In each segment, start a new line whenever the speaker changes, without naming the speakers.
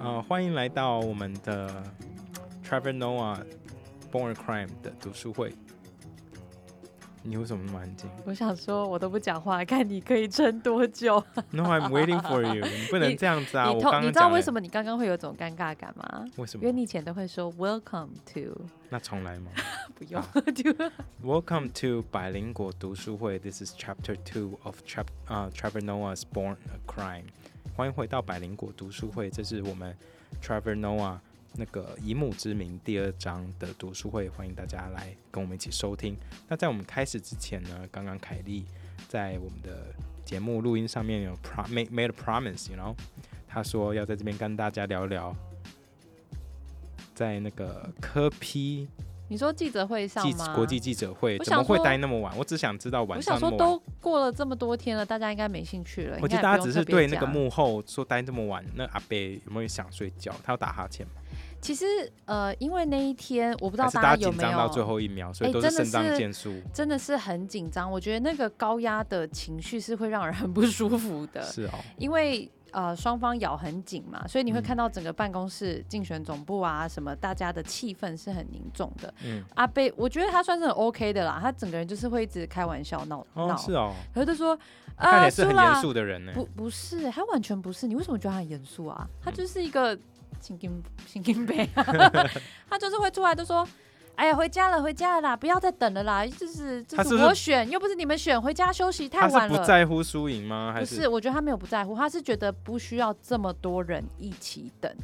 呃，欢迎来到我们的 Trevor Noah Born Crime 的读书会。你为什么那么安静
我想说，我都不讲话，看你可以撑多 久。
？No, I'm waiting for you。你不能
你
这样子啊！
你
我
通
刚刚
你知道为什
么？
么你刚刚会有种尴尬感吗？
为什
因为
么？
你以前都会说 Welcome to，
那重来吗
不用
好
to，
？Welcome to 百灵果读书会。This is Chapter Two of Chap 啊、Trevor Noah's Born a Crime。欢迎回到百灵果读书会，这是我们 Trevor Noah 那个以母之名第二章的读书会，欢迎大家来跟我们一起收听。那在我们开始之前呢，刚刚凯莉在我们的节目录音上面有 pro made made a promise，you know，她说要在这边跟大家聊聊，在那个科批
你说记者会上
记
吗？
国际记者会
我
怎么
想
会
说
待那么晚？我只想知道晚
我
上
想
那
说
么晚。
都过了这么多天了，大家应该没兴趣了。
我觉得
应该也
大家
不
只
用
是
特别
对那个
讲
幕后说待这么晚，那阿贝有没有想睡觉？他要打哈欠吗？
其实呃，因为那一天我不知
还
道
是
家
大家
有
紧
没
张到最
有。
后一秒，所以
哎
都是
真的
肾脏
是
健素？
真的是很紧张，我觉得那个高压的情绪是会让人很不舒服的。
是哦，
因为呃双方咬很紧嘛，所以你会
嗯
看到整个办公室、竞选总部啊什么，大家的气氛是很凝重的。
嗯，
阿贝，我觉得他算是很 OK 的啦，他整个人就是会一直开玩笑闹闹，
哦是哦，
然后就说
他看起
啊
来是
苏
很
啦
严，肃的人呢。
不不是，他完全不是，你为什么觉得他很严肃啊？他就是一个神经神经病 啊，他就是会出来就说。哎呀，回家了，回家了啦！不要再等了啦，就是
他
就是是
不是
我选，又不是你们选，回家休息太
他
晚
是
了。
不在乎输赢吗？还
不
是
是，我觉得他没有不在乎，他是觉得不需要这么多人一起等，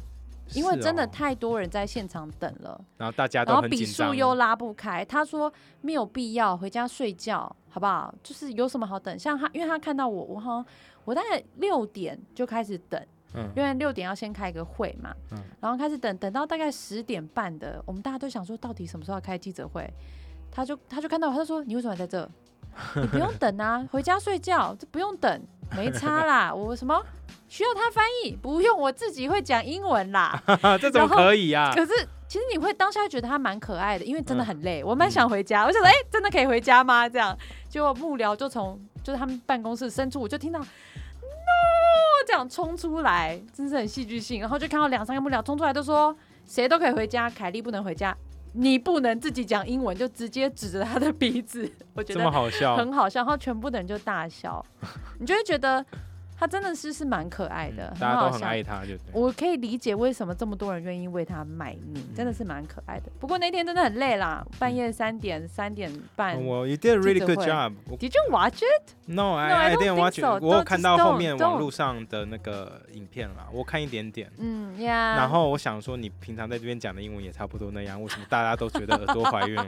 因为
是
真的
哦
太多人在现场等了，
然后大家
然
都
后
很
笔
紧
数
张，
又拉不开。他说没有必要，回家睡觉好不好？就是有什么好等？像他，因为他看到我，我好像我大概六点就开始等，
嗯
因为六点要先开个会嘛，
嗯
然后开始等，等到大概十点半的，我们大家都想说到底什么时候要开记者会，他就他就看到我，他就说你为什么还在 这？你不用等啊，回家睡觉，这不用等，没差啦。我什么需要他翻译？不用，我自己会讲英文啦。
啊，这怎么
然后
可以 啊？
可是其实你会当下觉得他蛮可爱的，因为真的
嗯
很累，我蛮想回家。我想说，哎、真的可以回家吗？这样，结果幕僚就从就是他们办公室深处，我就听到 no 这样冲出来，真是很戏剧性。然后就看到两三个幕僚冲出来，都说谁都可以回家，凯莉不能回家，你不能自己讲英文，就直接指着他的 鼻子。我觉
这
得
么好笑，
很好笑，然后全部的人就大笑，你就会觉得他真的是是蛮可爱
嗯
的，
大家
好
都很
笑
爱他，就对。
我可以理解为什么这么多人愿意为他卖命，真的是蛮可爱的。不过那天真的很累啦，半夜三点、三点半。
我 you did a really
记者
good
会
job. 我
Did you watch it？
No, I,
No, I
I
don't
didn't
think
watch it.
so.
我有
Don't-
看
just
到后
don't-
面网
don't.
络上的那个影片啦，我看一点点。
嗯呀。
然后我想说，你平常在这边讲的英文也差不多那样，为什么大家都觉得耳朵怀孕 了？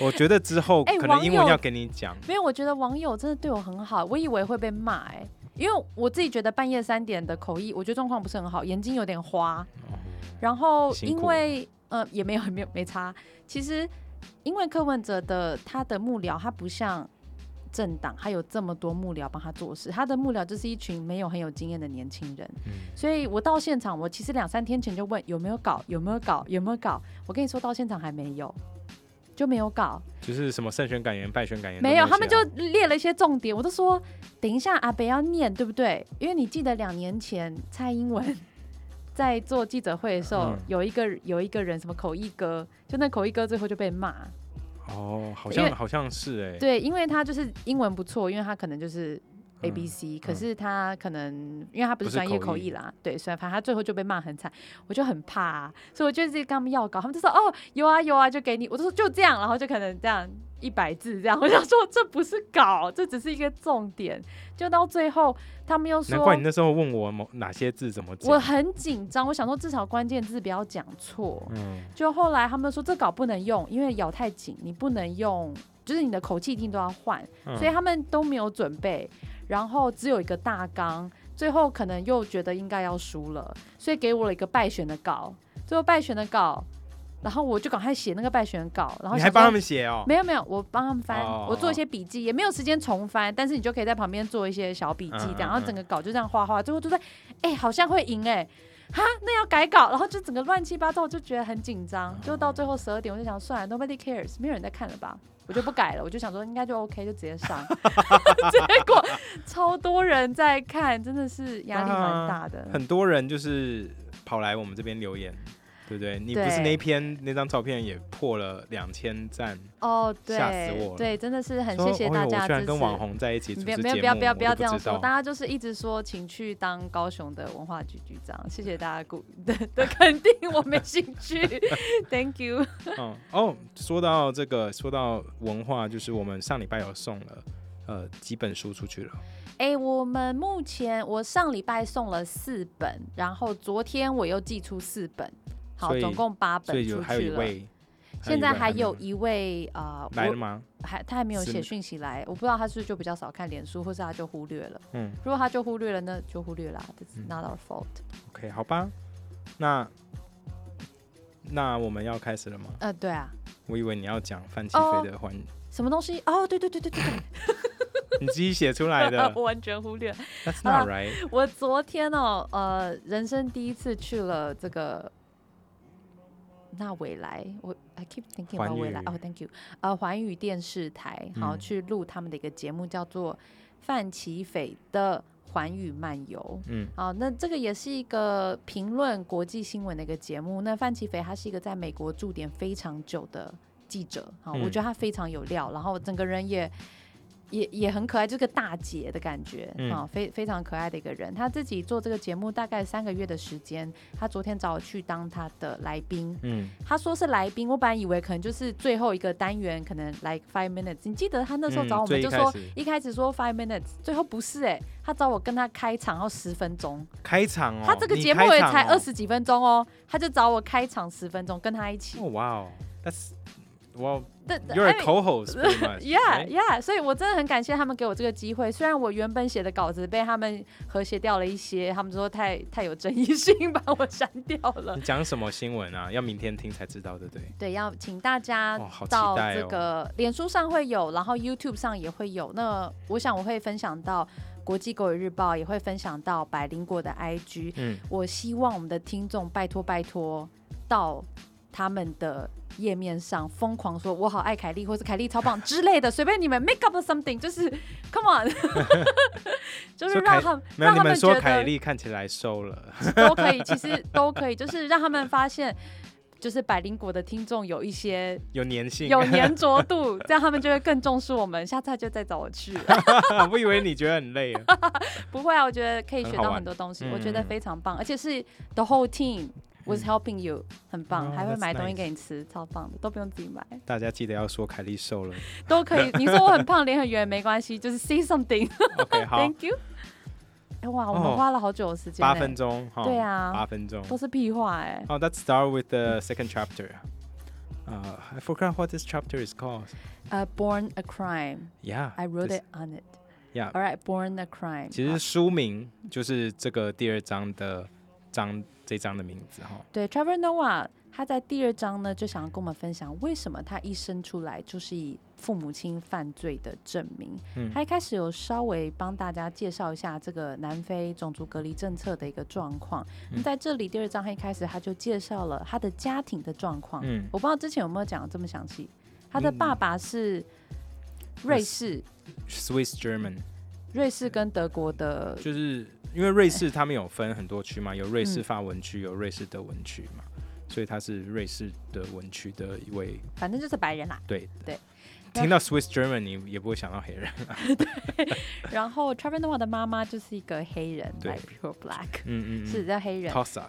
我觉得之后
哎
可能
网
英文
友
要给你讲，
没有，我觉得网友真的对我很好，我以为会被骂哎、因为我自己觉得半夜三点的口译，我觉得状况不是很好，眼睛有点花。
哦
然后
辛
因
苦
为呃也没有没有没差，其实因为柯文哲的他的幕僚，他不像政党，他有这么多幕僚帮他做事，他的幕僚就是一群没有很有经验的年轻人。
嗯，
所以我到现场，我其实两三天前就问有没有搞，有没有搞，有没有搞。我跟你说到现场还没有，就没有搞，
就是什么胜选感言、败选感言都
没
有
有。
写
他们就
好
列了一些重点，我都说等一下阿北要念，对不对？因为你记得两年前蔡英文 在做记者会的时候，
嗯
有一个有一个人什么口译哥，就那口译哥最后就被骂，
哦，好
因
像
为
好像是哎、
对，因为他就是英文不错，因为他可能就是。A
嗯
B C，、可是他可能因为他不
不
是
是
专业
口
口
译
译啦，对，虽然反正他最后就被骂很惨，我就很怕、啊，所以我就自己跟他们要稿，他们就说哦有啊有啊就给你，我就说就这样，然后就可能这样一百字这样， 我想说这不是稿，这只是一个重点，就到最后他们又
难怪你
说
那时候问我某哪些字怎么
我
讲，
很紧张，我想说至少关键字不要讲错，
嗯，
就后来他们说这稿不能用，因为咬太紧，你不能用，就是你的口气一定都要换。
嗯
所以他们都没有准备，然后只有一个大纲，最后可能又觉得应该要输了，所以给我了一个败选的稿，最后败选的稿，然后我就赶快写那个败选稿，然后
你
想
还帮
说
他们写哦，
没有没有，我帮他们翻，
哦
我做一些笔记，也没有时间重翻，但是你就可以在旁边做一些小笔记，
嗯
这样，然后
嗯
整个稿就这样画画，最后就在，哎、好像会赢哎、哈，那要改稿，然后就整个乱七八糟，我就觉得很紧张。
嗯
就到最后十二点，我就想算了，nobody cares，没有人在看了吧，我就不改了。我就想说应该就 OK，就直 接上。结果超多人在看，真的是压力蛮大的。
很多人就是跑来我们这边留言，对不对？你不是
对
那篇那张照片也破了两千赞，
哦，
吓死我
对
了
对，真的是很
说
谢谢
哦
大
哟我
家
居
的
然
支持
跟。网红在一起主持
别
节目，
没有不要不要不要
我
这
都
样
知道
说，大家就是一直说请去当高雄的文化局局长，谢 谢大家鼓的的肯定，我没兴 趣，Thank you。
嗯哦，说到这个，说到文化，就是我们上礼拜有送了呃几本书出去了，
哎、我们目前我上礼拜送了四本，然后昨天我又寄出四本，好
所，以
总共八本
所以有
出
还有
去
一
了。
位，
现在还
没
有一位啊，
来
呃
了
我
吗？
还他还没有
是
写讯息来，我不知道他是不是就比较少看脸书，或是他就忽略了。
嗯
如果他就忽略了，那就忽略啦，That's
嗯
not our fault。
，OK，好吧，那那我们要开始了吗？
呃，对啊，
我以为你要讲范琪飞的环，
什么东西？哦，对对对对对对，
你自己写出来的
我完全忽略。
，That's
好
not right。
我昨天哦，呃，人生第一次去了这个那未来，我 I keep thinking
环
about 未来。
宇
哦、t h a n k you。呃，环宇电视台，好、
嗯
去录他们的一个节目，叫做《范奇斐的环宇漫游》。
嗯，
哦，那这个也是一个评论国际新闻的一个节目。那范奇斐他是一个在美国驻点非常久的记者，好、
嗯
我觉得他非常有料，然后整个人也也也很可爱，就是个大姐的感觉啊、
嗯
好非非常可爱的一个人。他自己做这个节目大概三个月的时间，他昨天找我去当他的来宾，
嗯，
他说是来宾，我本来以为可能就是最后一个单元，可能 like five minutes。你记得他那时候
嗯
找我
最
们
一
就
开
说、
始
一开始说 five minutes，最后不是哎、他找我跟他开场要十分钟，
开场哦，
他这个
你
节目
开
也
场
才
哦
二，十几分钟哦，他就找我开场十分钟跟他一起
哦。哇哦，That's well
对
you're a
哎
co-host pretty much。
Yeah,
right？
yeah，所以我真的很感谢他们给我这个机会。虽然我原本写的稿子被他们和谐掉了一些，他们说太太有争议性， 把我删掉了
你。讲什么新闻啊？要明天听才知道，对不对？
对，要请大家
哇好期
到
待
这
哦
个脸书上会有，然后 YouTube 上也会有。那我想我会分享到国际狗语日报，也会分享到百灵果的 IG。
嗯，
我希望我们的听众拜托拜托到他们的页面上疯狂说“我好爱凯莉”或是“凯莉超棒”之类的，随便你们 make up something，就是 come on，就是
说
让
凯
他们
没有，
让
你
他
们
们觉
说
得
凯莉看起来瘦了，
都可以，其实都可以，就是让他们发现。就是百灵果的听众有一些
有粘性，
有粘着度，这样他们就会更重视我们。下次他就再找我去，
我以为你觉得很 累啊。
不会啊，我觉得可以学
很好
到
玩
很多东西，
嗯
我觉得非常棒，而且是 the whole team was helping you，很棒，
哦
还会
that's
买东西
nice
给你吃，超棒的，都不用自己买，
大家记得要说凯莉瘦 了。
都可以。你说我很胖，脸很圆没关系，就是 say something，thank
OK，好，
you。哎哇，我
哦
们花了好久的时间、
八
哎
分钟，哈，
对啊
八分钟。
都是屁话哎、
Oh, let's start with the second chapter. Uh, I forgot what this chapter is called.
呃、b o r n a crime，I
Yeah,
wrote
this-
it on it。
Yeah.
All right，born a crime。
其实书名就是这个第二章的章这章的名字哈。
对，Trevor Noah 他在第二章呢，就想要跟我们分享为什么他一生出来就是以父母亲犯罪的证明。
嗯
他一开始有稍微帮大家介绍一下这个南非种族隔离政策的一个状况。那
嗯
在这里第二章他一开始他就介绍了他的家庭的状况。
嗯，
我不知道之前有没有讲得这么详细。他的爸爸是瑞
呃
士，
Swiss German
瑞士跟德国的
就是因为瑞士他们有分很多区嘛，有瑞士
嗯
法文区，有瑞士德文区嘛，所以他是瑞士德文区的一位
反正就是白人啦。
对
对。
听到 Swiss German 你也不会想到黑人，
然后 Trevor Noah 的妈妈就是一个黑人
对
，like pure black，
嗯嗯嗯，
是叫黑人。
Tosa，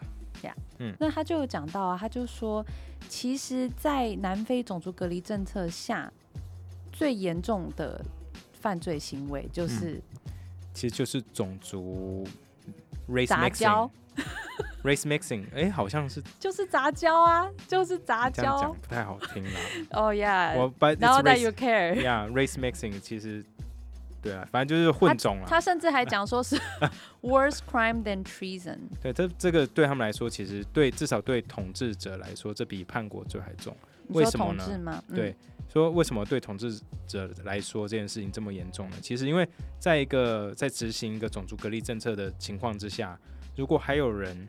那他就有讲到啊，他就说，其实，在南非种族隔离政策下，最严重的犯罪行为
嗯
就是、
其实就是种族 race
杂交
mixing，race mixing，哎、好像是
就是杂交啊，就是杂
这样
交
讲。不太好听 啦。
哦、yeah，
我 but
now
it's
that you
race
care。
yeah race mixing 其实对啊，反正就是混种啦。
他甚至还讲说 是 worse crime than treason。
对，这这个对他们来说，其实对至少对统治者来说，这比叛国罪还重。
你
为
说
什么
统
呢
治吗？嗯
对，说为什么对统治者来说这件事情这么严重呢？其实因为在一个在执行一个种族隔离政策的情况之下，如果还有人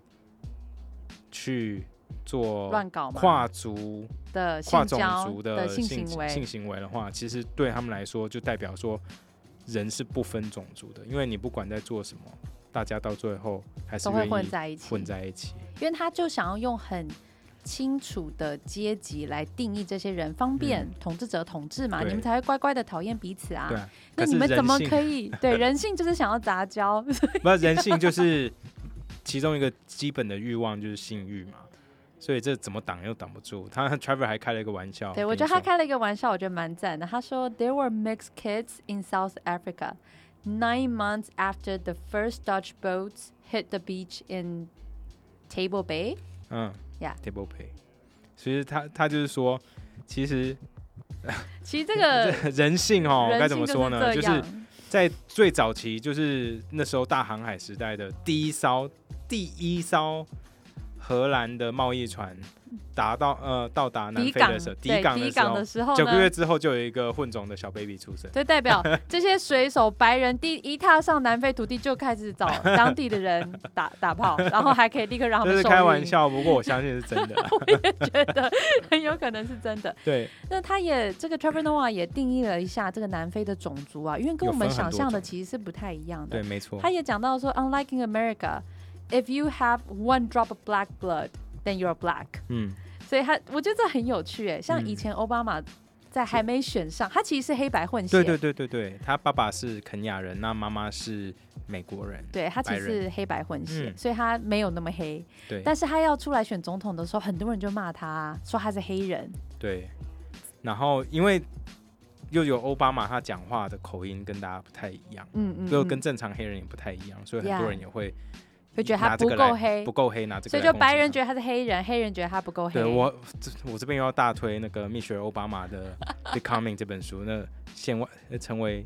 去做
乱搞嘛
跨族、
的
跨
性
种
交
族
的
性
行为，
性行为的话，其实对他们来说就代表说人是不分种族的，因为你不管在做什么，大家到最后还是
都会
愿意
混在一起，
混在一起。
因为他就想要用很清楚的阶级来定义这些人，方便统治者统治嘛，
嗯对
你们才会乖乖的讨厌彼此啊
对。啊，
那
可
你
是
们
人
怎么
性
可 以？对，人性就是想要杂交，
不，人性就是其中一个基本的欲望就是性欲嘛，所以这怎么挡又挡不住。他 Trevor 还开了一个玩笑，
对，我
跟你
觉得他
说
开了一个玩笑，我觉得蛮赞的。他说，There were mixed kids in South Africa nine months after the first Dutch boats hit the beach in Table Bay。
嗯
Yeah
，table pay，其实他他就是说，其实
其实这个
人性 哦，该
人
怎
性
么
就
说呢？
这
就是
样，
在最早期，就是那时候大航海时代的第一艘第一艘荷兰的贸易船达到呃到达南
抵
非
港
的时候，
对
抵港的
抵
时
港
候
的，时候
九个月
呢，
之后就有一个混种的小 baby 出生。
就代表这些水手白人第一踏上南非土地就开始找当地的人打打炮，然后还可以立刻让他
这
们
是
受
开
孕
玩，笑，不过我相信是真 的啦。
觉得很有可能是真的。
对，
那他也这个 Trevor Noah 也定义了一下这个南非的种族啊，因为跟
有
我们
分很
想
多
象的
种
其实是不太一样
对，
的。
没错
他。也讲到说，Unlike in America, if you have one drop of black blood, then you're black。
嗯，
所以他我觉得这很有趣诶，像以
嗯
前奥巴马在还没选上，他其实是黑啊白混
对
血，
对对对对，他爸爸是肯雅人，那妈妈是美国人。
对他其
白
实
人
是黑白混血，
嗯
所以他没有那么黑。
对
但是他要出来选总统的时候，很多人就骂他，说他是黑人。
对，然后因为又有奥巴马，他讲话的口音跟大家不太一样，
嗯嗯，
就
嗯
跟正常黑人也不太一样，所以很
Yeah
多人也会
会觉得他
拿这
不
个
够
来
黑
不，够黑，拿这个
所以
来
就
攻
白
击
人
他
觉得他是黑人，黑人觉得他不够黑。
对我这我这边又要大推那个蜜雪儿奥巴马的《Becoming》这本书，那现外呃成为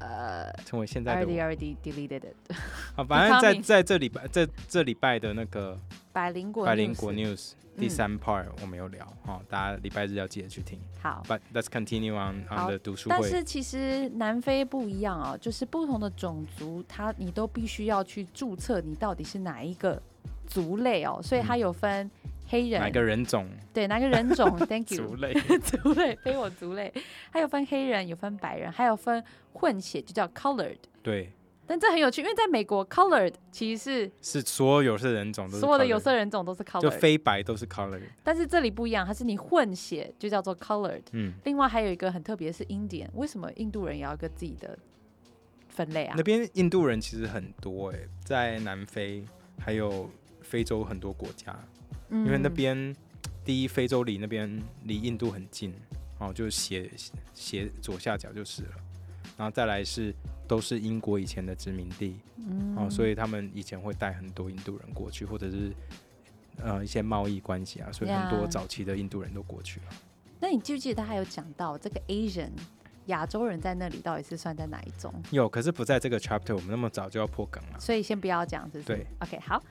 呃
成为现在的
，already
我
already deleted it。
啊，反正在
Becoming
在这礼拜在这礼拜的那个
百灵果，
百灵果 news 第
嗯
三 part 我们有聊哦，大家礼拜日要记得去听。
好。
But let's continue on
好
on the 读书
但
会，
是其实南非不一样哦，就是不同的种族，它你都必须要去注册你到底是哪一个族类哦，所以它
嗯
有分黑人，
哪个人种
对哪个人 种，Thank you，
族 类？
族类，非我族类，还有分黑人，有分白人，还有分混血，就叫 colored。
对，
但这很有趣，因为在美国，colored 其实
是
是
所有有色人哦种都是
所有的有
colored
色人种都是
就
colored，
非白都是 color。
但是这里不一样，它是你混血就叫做 colored。
嗯，
另外还有一个很特别是 Indian，为什么印度人也要有个自己的分类啊
那？边印度人其实很多哎、在南非还有非洲很多国家，
因
因为那边第一非洲离那边离印度很近，哦，就斜斜左下角就是了。然后再来是都是英国以前的殖民地，哦，所以他们以前会带很多印度人过去，或者是呃一些贸易关系啊，所以很多
Yeah
早期的印度人都过去了。
那你记不记得他还有讲到这个 Asian 亚洲人在那里到底是算在哪一种？
有，可是不在这个 chapter，我们那么早就要破梗了。
所以先不要讲，是不是？
对
OK，好，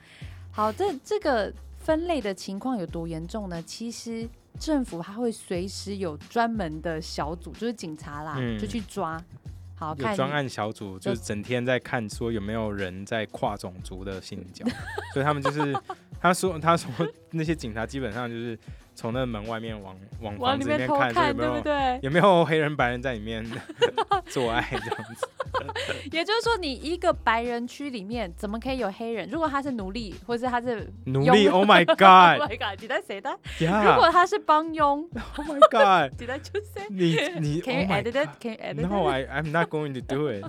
好，这这个分类的情况有多严重呢？其实政府它会随时有专门的小组，就是警察啦，
嗯
就去抓。好
有
看
专案小组，
就
就是整天在看说有没有人在跨种族的性交，所以他们 就是他说他说那些警察基本上就是从那门外面往往 房
往里
子里
面
面
偷
看，说
看，
有没
对不
有
对？
有没有黑人白人在里 面 做爱这样子。
也就是说，你一个白人区里面怎么可以有黑人？如果他是奴隶，或是他是
奴
佣
隶，Oh my
Oh
God，
my god！你在谁的？ 如果
呀
他是帮佣，
，Oh my God，
你在就是谁
你你
？Can
，Oh
you
my
edit
God。
it? Can you edit it?
No, I I'm not going to do it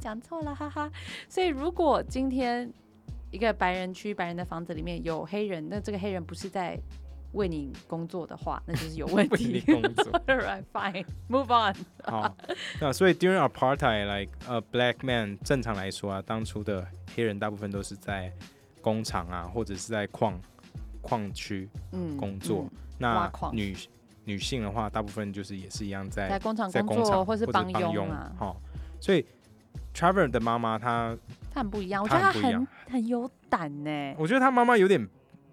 讲错了，哈哈。所以如果今天一个白人区白人的房子里面有黑人，那这个黑人不是在为你工作的话，那就是有问
为你
题。
工作。
All right, fine, move on。
好，那所以 during apartheid，like 呃、black man，正常来说啊，当初的黑人大部分都是在工厂啊，或者是在矿矿区
嗯，
工作。
嗯挖
那
矿
女女性的话，大部分就是也是一样在
在工厂
哎在
工
工
作
厂
或
或
是帮
佣
佣啊，
好、所以 Trevor 的妈妈，她
他很不一样。我觉
他很不
得他
一
很
样
很有胆呢、
我觉得她妈妈有点，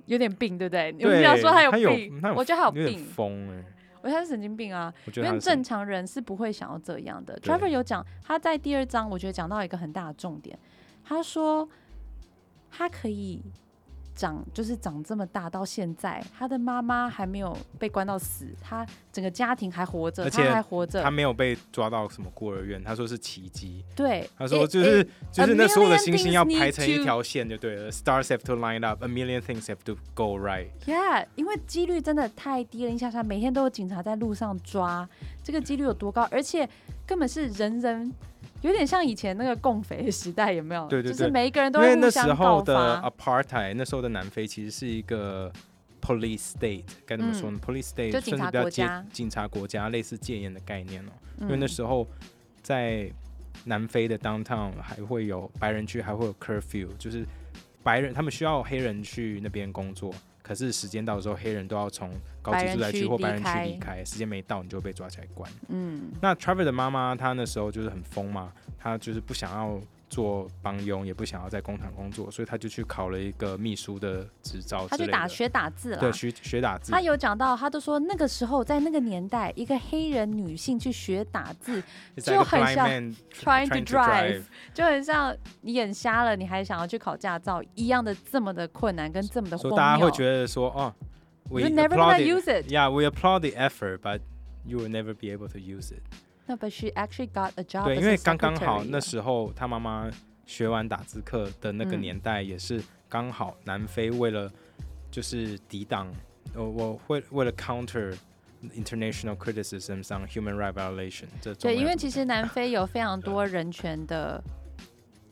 有点病，对不对？你
对
们要说他有
他有
病，
他有
我觉得他
有
有
点
病，
疯哎、
我觉得他是神经病啊。
我觉
因
得她
为
是
正常人是不会想要这样的。
对
Trevor 有讲，他在第二章我觉得讲到一个很大的重点，他说他可以长就是长这么大到现在，他的妈妈还没有被关到死，他整个家庭还活着，
而
他
且
还活着
他。没有被抓到什么孤儿院，他说是奇迹。
对，
他说
诶
就是、
诶
就是那
million
所有的星星要
things need
排成一
to-
条线就对了，stars have to line up，a million things have to go right。
Yeah，因为几率真的太低了。你想想，每天都有警察在路上抓，这个几率有多高？而且根本是人人，有点像以前那个共匪时代，有没有？
对对对
就是每一个人都
因为
会互
那时
相
候
告
的
发，
apartheid，那时候的南非其实是一个 police state，该怎么说呢、p o l i c e state
嗯就
甚
警
至比
察
较
国
接
家
警察国家，类似戒严的概念哦、
嗯
因为那时候在南非的 downtown 还会有白人区，还会有 curfew，就是白人他们需要黑人去那边工作，可是时间到的时候，黑人都要从高级住宅区或白
白
人
人
区
区
离
离
开，时间没到你就被抓起来关。
嗯
那 Trevor 的妈妈，她那时候就是很疯嘛，她就是不想要做帮佣，也不想要在工厂工作，所以她就去考了一个秘书的执照之
他
类
去
的。
打啊学打字
对
啦。
学学打字
他，有讲到，他都说那个时候在那个年代，一个黑人女性去学打 字
It's
就
like a
很
blind
像
man
，trying
trying
to drive，就很像你眼瞎了，你还想要去考驾照一样的这么的困难跟这么的
drive，所以
荒谬。
大家会觉得说，哦，we
You never gonna
applaud
use it.
Yeah, we applaud the effort, but you will never be able to use it.
那 but she actually got a job。
对，因为刚刚好那时候他妈妈学完打字课的那个
嗯
年代，也是刚好南非为了就是抵挡，呃，我会为了 counter international criticisms on human right violation 这种
对，
人
因为其实南非有非常多人权的，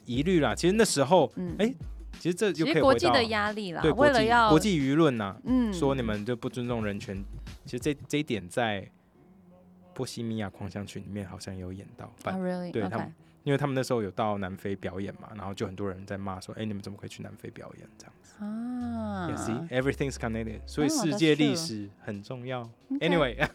疑虑啦，其实那时候，
嗯，
哎其实这
其
就可
实
以
国
回
际
到
的压力啦
对，国
为了
际
要
国际舆论呐、
嗯
说你们就不尊重人权，其实这这一点在波西米亚狂想曲里面好像有演到，
啊
反
really
对他
OK
们。因为他们那时候有到南非表演嘛，然后就很多人在骂说：“哎，你们怎么可以去南非表演？”这样子、
啊
y e s see everything's connected，所以
哦
世界
that's
历
true
史很重要。
OK
Anyway，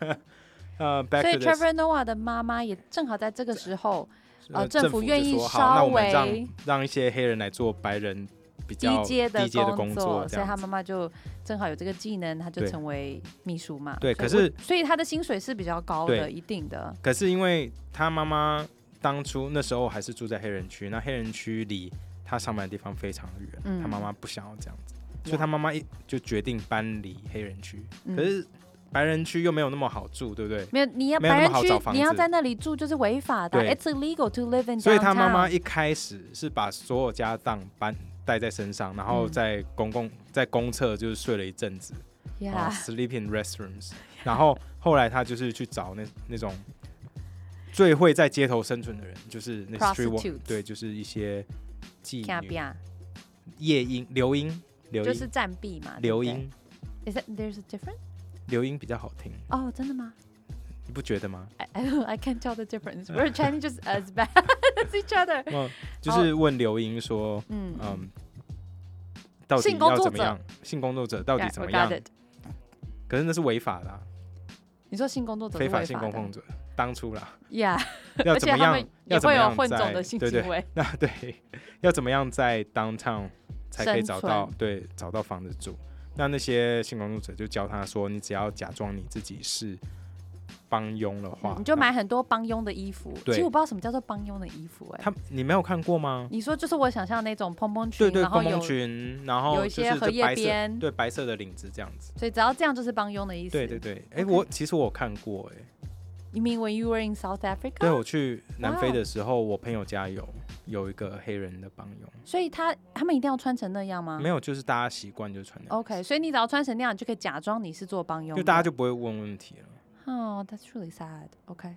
呃、b a
所
c k to
以
this，
Trevor Noah 的妈妈也正好在这个时候
呃
呃政府
就
愿意
说好，那我们
稍
让
微
让一些黑人来做白人比
低
较
阶的
低阶的工
作，
这
所以他
样子。
妈妈就正好有这个技能，她就
对
成为秘书嘛。
对
所以
可是
我所以她的薪水是比较高的，
对
一定的。
可是因为他妈妈当初那时候还是住在黑人区，那黑人区离他上班的地方非常远，
嗯
他妈妈不想要这样子，所以
Yeah
他妈妈一就决定搬离黑人区。
嗯
可是白人区又没有那么好住，对不对？
没有，你要
没有那么
白人
好
区
找房，
你要
子
在那里住就是违法的
对
，It's illegal to live in downtown。
所以他妈妈一开始是把所有家当搬带在身上，然
嗯
后在公共在公厕就是睡了一阵子，啊
Yeah，
，sleep in restrooms，然后后来他就是去找那那种最会在街头生存的人，就是那 street walk，
Prostitutes
对，就是一些妓
啪
女、
啪，
夜莺、流莺、流
就是
莺、
占地嘛。对不
流
对
莺、
Is that there's a difference？
流莺比较好听，
哦、真的吗
你不觉得吗？
？I I don't- I can't tell the difference. We're Chinese just as bad as each other.
嗯，就是问流莺说，
哦嗯
嗯，到底
性工
要
作
怎么
者
样？性工作者到底
Yeah,
怎
we
么样？
got it.
可是那是违法的啊、
你说性工作者是
非
违
法
法
性工
的
作者，当初 啦，
，Yeah，
要
而
怎
且
么
他
样
们？也
要怎么
会有
样
混种
在
的性
对对
行为。
那对，要怎么样在 downtown 才可以找到
生
对找到房子住？那那些性工作者就教他说，你只要假装你自己是帮佣的话，
嗯你就
那
买很多帮佣的衣服。其
对
实我不知道什么叫做帮佣的衣服、哎，
他，你没有看过吗？
你说就是我想象那种蓬蓬裙，
对对，
嗯然后
蓬
有
蓬裙，然后
有一
就
些
是
荷
这
叶
白色，
边
对白色的领子这样子。
所以只要这样就是帮佣的意思。
对对对，哎，
OK 啊
我其实我有看过，哎，
You mean when you were in South
对
Africa？
我去南非
哇
的时候，我朋友家有有一个黑人的帮佣，
所以他他们一定要穿成那样吗
没有，就是大家习惯就穿那样
？OK，所以你只要穿成那样，你就可以假装你是做帮佣的。
就大家就不会问问题了。
哦、t h a t s really sad. OK，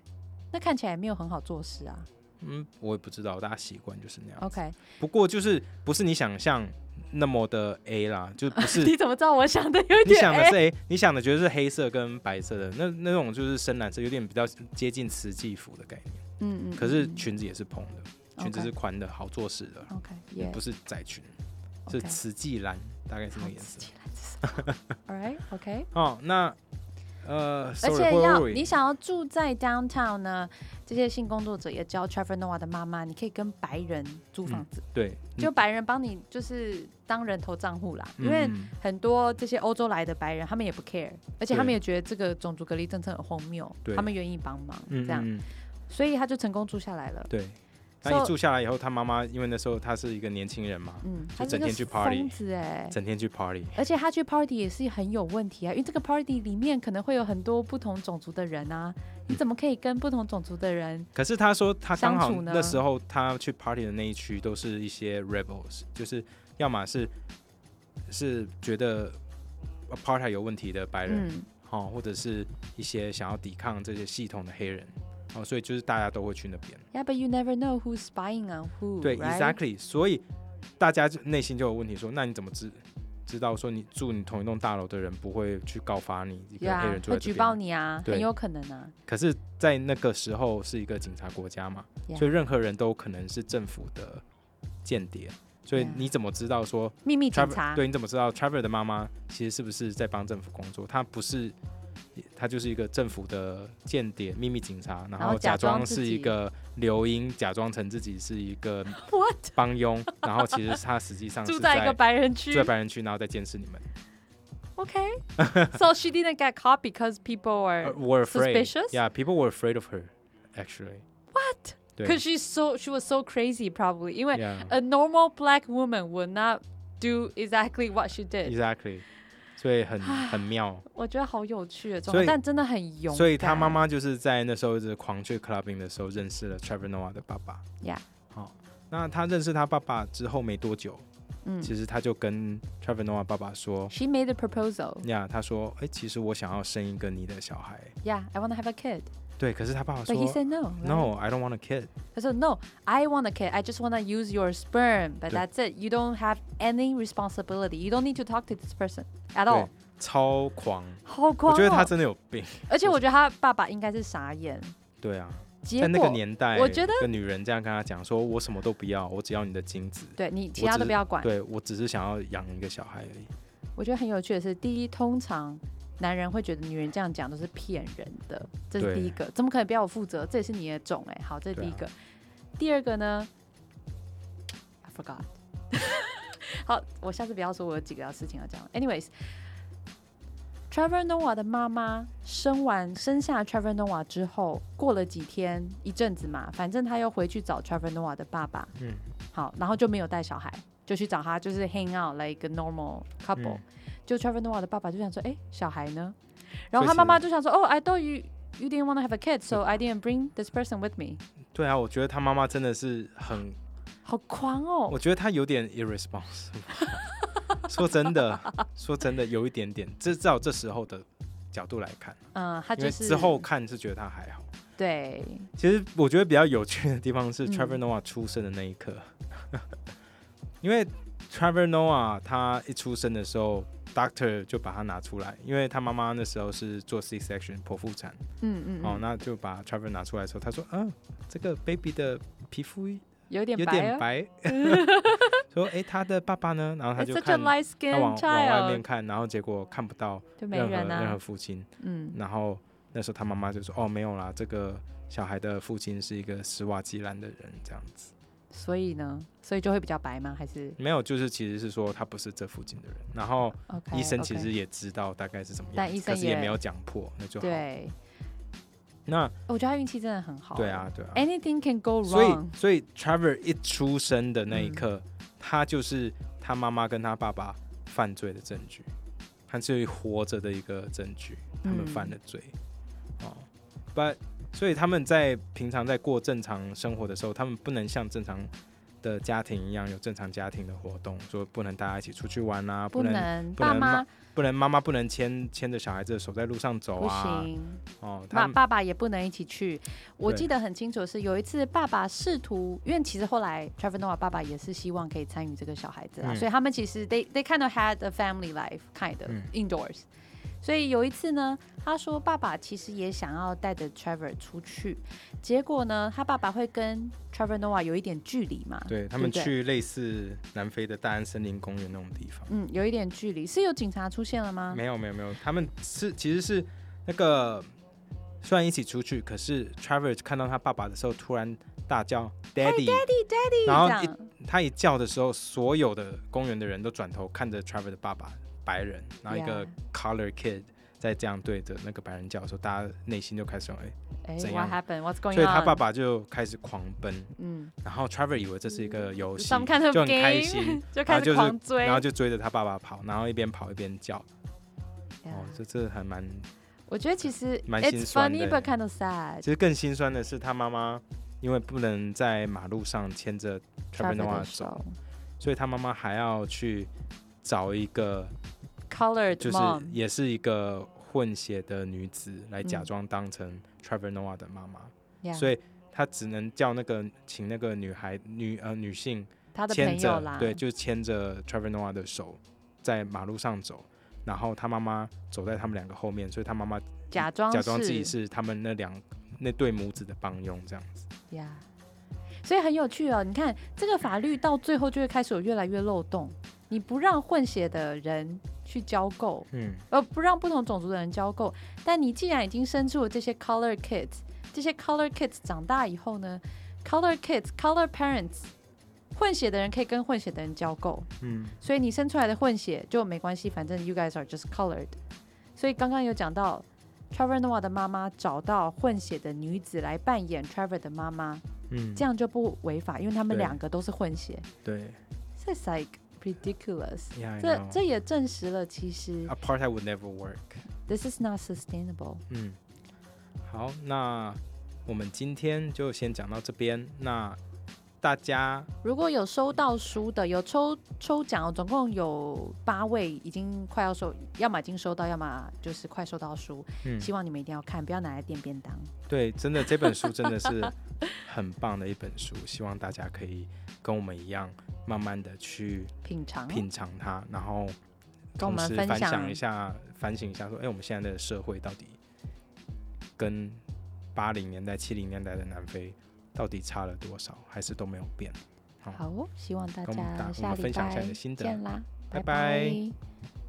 那看起来也没有很好做事啊。
嗯，我也不知道，大家习惯就是那样。
OK，
不过就是不是你想象那么的 A 啦，就不 是
你怎么知道我想的有
你
点哎
想的
A？
是 A，你想的觉得是黑色跟白色的，那那种就是深蓝色，有点比较接近瓷器服的概念。
嗯嗯，
可是
嗯
裙子也是蓬的，裙子
OK
是宽的，好做事的，
OK，
也
也
不是窄裙，是
OK
瓷器蓝，大概是那
好
个颜色。
自己来自 己 All right, OK。
哦，那呃
而
，sorry，
且
where
要
were we？
你想要住在 downtown 呢，这些性工作者也教 Trevor Noah 的妈妈，你可以跟白人租房子，
对，
就白人帮你就是当人头账户啦，
嗯
因为。
嗯
很多这些欧洲来的白人，他们也不 care，而且
对
他们也觉得这个种族隔离政策很荒谬
对，
他们愿意帮忙
嗯
这样，
嗯嗯
所以他就成功住下来了。
对，那一住下来以后，他妈妈因为那时候他是一个年轻人嘛，
嗯，
就
他
整
是个
天去 party
疯子哎、
整天去 party，
而且他去 party 也是很有问题啊，因为这个 party 里面可能会有很多不同种族的人啊，你怎么可以跟不同种族的人？
可是他说他刚
相
好
处呢
那时候他去 party 的那一区都是一些 rebels，就是要么是是觉得 apartheid 有问题的白人，
嗯，
哦，或者是一些想要抵抗这些系统的黑人，哦，所以就是大家都会去那边。
Yeah, but you never know who's spying on who.
对
right?
，exactly，所以大家就内心就有问题说，那你怎么知知道说你住你同一栋大楼的人不会去告发你一个黑
Yeah，
人住
会
在这
举
边
报你啊，
对
很有可能啊。
可是，在那个时候是一个警察国家嘛
Yeah
所以任何人都可能是政府的间谍。所以
Yeah
你怎么知道说
秘密警
Trevor
察。
对？你怎么知道 Trevor 的妈妈其实是不是在帮政府工作？她不是，她就是一个政府的间谍、秘密警察，然
然后
后假
假装
装
自
是一
己
个流英，假装成自己是一个
What？
帮佣，然后其实她实际上
住
是
在一个白人区
住在白人区，然后再监视你们。
Okay. so she didn't get caught because people were
Uh, were afraid.
suspicious?
Yeah, people were afraid of her, actually. What? 对
because she's so she was so crazy probably. 因为
Yeah.
a normal black woman would not do exactly what she did.
Exactly，所以很很妙，
我觉得好有趣的状
所
态，
以
但真的很勇敢。
所以他妈妈就是在那时候就是狂去 clubbing 的时候认识了 Trevor Noah 的爸爸。
Yeah
好、那他认识他爸爸之后没多久，
嗯
其实他就跟 Trevor Noah 爸爸说
，she made a proposal.：“
呀、他说，哎、其实我想要生一个你的小孩。
Yeah, I want to have a kid. ”
对，可是他爸爸
But he
说
said no. right?
：“No, I don't want a kid。
I said, no, I want a kid. I just want to use your sperm. But
对
that's it. You don't have any responsibility. You don't need to talk to this person at ”
对
all.
超狂，
好狂、
我
哦！
觉得他真的有病。
而且我觉得他爸爸应该是傻眼。
对啊，
结
在
果
那个年代，
我觉得
一个女人这样跟他讲说：“我什么都不要，我只要你的精子。”
对你其
我
他
只
都
是
不要管。
对我只是想要养一个小孩而已。
我觉得很有趣的是，第一，通常男人会觉得女人这样讲都是骗人的，这是
对
第一个。怎么可能不要我负责？这也是你的种哎、好，这是
对
第一
啊
个。第二个呢？I forgot 。 好，我下次不要说我有几个事情要讲。Anyways。Trevor Noah 的妈妈生完生下 Trevor Noah 之后，过了几天一阵子嘛，反正她又回去找 Trevor Noah 的爸爸，
嗯，
好，然后就没有带小孩，就去找他，就是 hang out like a normal couple、
嗯
就 Trevor Noah 的爸爸就想说，哎、小孩呢？然后
所
他
以其
妈妈
实
就想说，哦、i thought you you didn't want to have a kid, so I didn't bring this person with me。
对啊，我觉得他妈妈真的是很，
好狂哦！
我觉得他有点 irresponsible。说真的，说真的，有一点点，这至少这时候的角度来看，
嗯，他
因
就
为
是
之后看是觉得他还好。
对
其实我觉得比较有趣的地方是
嗯
Trevor Noah 出生的那一刻， 因为 Trevor Noah 他一出生的时候，Doctor 就把他拿出来，因为他妈妈那时候是做 C section 剖腹产。
嗯嗯，
哦，
嗯
那就把 Trevor 拿出来的时候，他说：“嗯、这个 baby 的皮肤
有点
有
白
点
哦
白。 说：“诶，他的爸爸呢？”然后他
It's
就
such a
看他
light
往
skin
往外面
child，
看，然后结果看不到
就没
任何
人
任何
啊，
父亲。
嗯，
然后那时候他妈妈就说：“哦，没有啦，这个小孩的父亲是一个斯瓦基兰的人，这样子
所以呢，所以就会比较白吗？还是
没有，就是其实是说他不是这附近的人。”然后
OK？
医生其
哎 OK
实也知道大概是怎么样
但
子，
医生
可是也
也
没有讲破，那就好。
对，哦
那
我觉得他运气真的很好。欸
对啊，对啊。
，Anything can go
所以
wrong。，
所以 Trevor 一出生的那一刻，他就是他妈妈跟他爸爸犯罪的证据，他是活着的一个证据，他们
嗯
犯了罪。哦，but 所以他们在平常在过正常生活的时候，他们不能像正常的家庭一样有正常家庭的活动，说不能大家一起出去玩啊，不
不
能
能，
不
爸
能
妈
骂不能妈妈不能牵牵着小孩子的手在路上走
不
啊，
行，
哦，他
爸
们
爸爸也不能一起去。我
对
记得很清楚的是，有一次爸爸试图，因为其实后来 Trevor Noah 爸爸也是希望可以参与这个小孩子啊，
嗯
所以他们其实 they they kind of had a family life kind of
嗯
indoors。所以有一次呢，他说爸爸其实也想要带着 Trevor 出去，结果呢，他爸爸会跟 Trevor Noah 有一点距离嘛，
对他们
不对
去类似南非的大安森林公园那种地方。
嗯，有一点距离，是有警察出现了吗？
没有没有没有，他们是其实是那个虽然一起出去，可是 Travis 看到他爸爸的时候，突然大叫 “Daddy”，,
哎 Daddy
然后
这样
他一叫的时候，所有的公园的人都转头看着 Travis 的爸爸，白人，然后一个
Yeah
color kid 在这样对着那个白人教授，大家内心就开始有哎、
哎
怎样
，What happened? What's going on？
所以他爸，爸就开始狂奔，
嗯，
然后 Trevor 以为这是一个游戏，
上看
就
game
很开心，
就
然
开
后就
始
是
狂追，
然后就追着他爸爸跑，然后一边跑一边叫，哦
Yeah，
这这还蛮，
我觉得其实
蛮
it's
心酸
funny
的
but kind of sad
其。实更心酸的是他妈妈因为不能在马路上牵着 Trevor Noah 走，
的手
所以他妈妈还要去找一个就
，colored
是
mom，
也是一个混血的女子来假
嗯
装当成 Trevor Noah 的妈妈，
Yeah，
所以他只能叫那个请那个女孩女呃女性
他的
牵
朋友
着
啦，
对，就牵着 Trevor Noah 的手在马路上走，然后他妈妈走在他们两个后面，所以他妈妈
假装
假装自己是他们那两那对母子的帮佣这样子。
呀所以很有趣哦。你看这个法律到最后就会开始有越来越漏洞，你不让混血的人去交购，
嗯，
呃，不让不同种族的人交购，但你既然已经生出了这些 color kids，这些 color kids 长大以后呢，color kids color parents。混血的人可以跟混血的人交购，
嗯，
所以你生出来的混血就没关系，反正 you guys are just colored。所以刚刚有讲到，Trevor Noah 的妈妈找到混血的女子来扮演 Trevor 的妈妈，
嗯，
这样就不违法，因为他们
对
两个都是混血。
对
t s like ridiculous。
，Yeah, I
这
know. 啊
这也证实了，其实
apartheid would never work。
this is not sustainable。
嗯，好，那我们今天就先讲到这边。那大家
如果有收到书的，有抽抽奖，总共有八位，已经快要收，要么已经收到，要么就是快收到书。
嗯，
希望你们一定要看，不要拿来垫便当。
对，真的这本书真的是很棒的一本书，希望大家可以跟我们一样，慢慢的去
品尝，
品尝它，然后
跟我
同
们
时
分
反
享
想一 下，反省一下，说，哎、我们现在的社会到底跟八零年代、七零年代的南非到底差了多少，还是都没有变？
好哦，希望大
嗯跟我们大
家
我
下
们
礼
分享一下
拜
你的心得
见啦，
拜拜
拜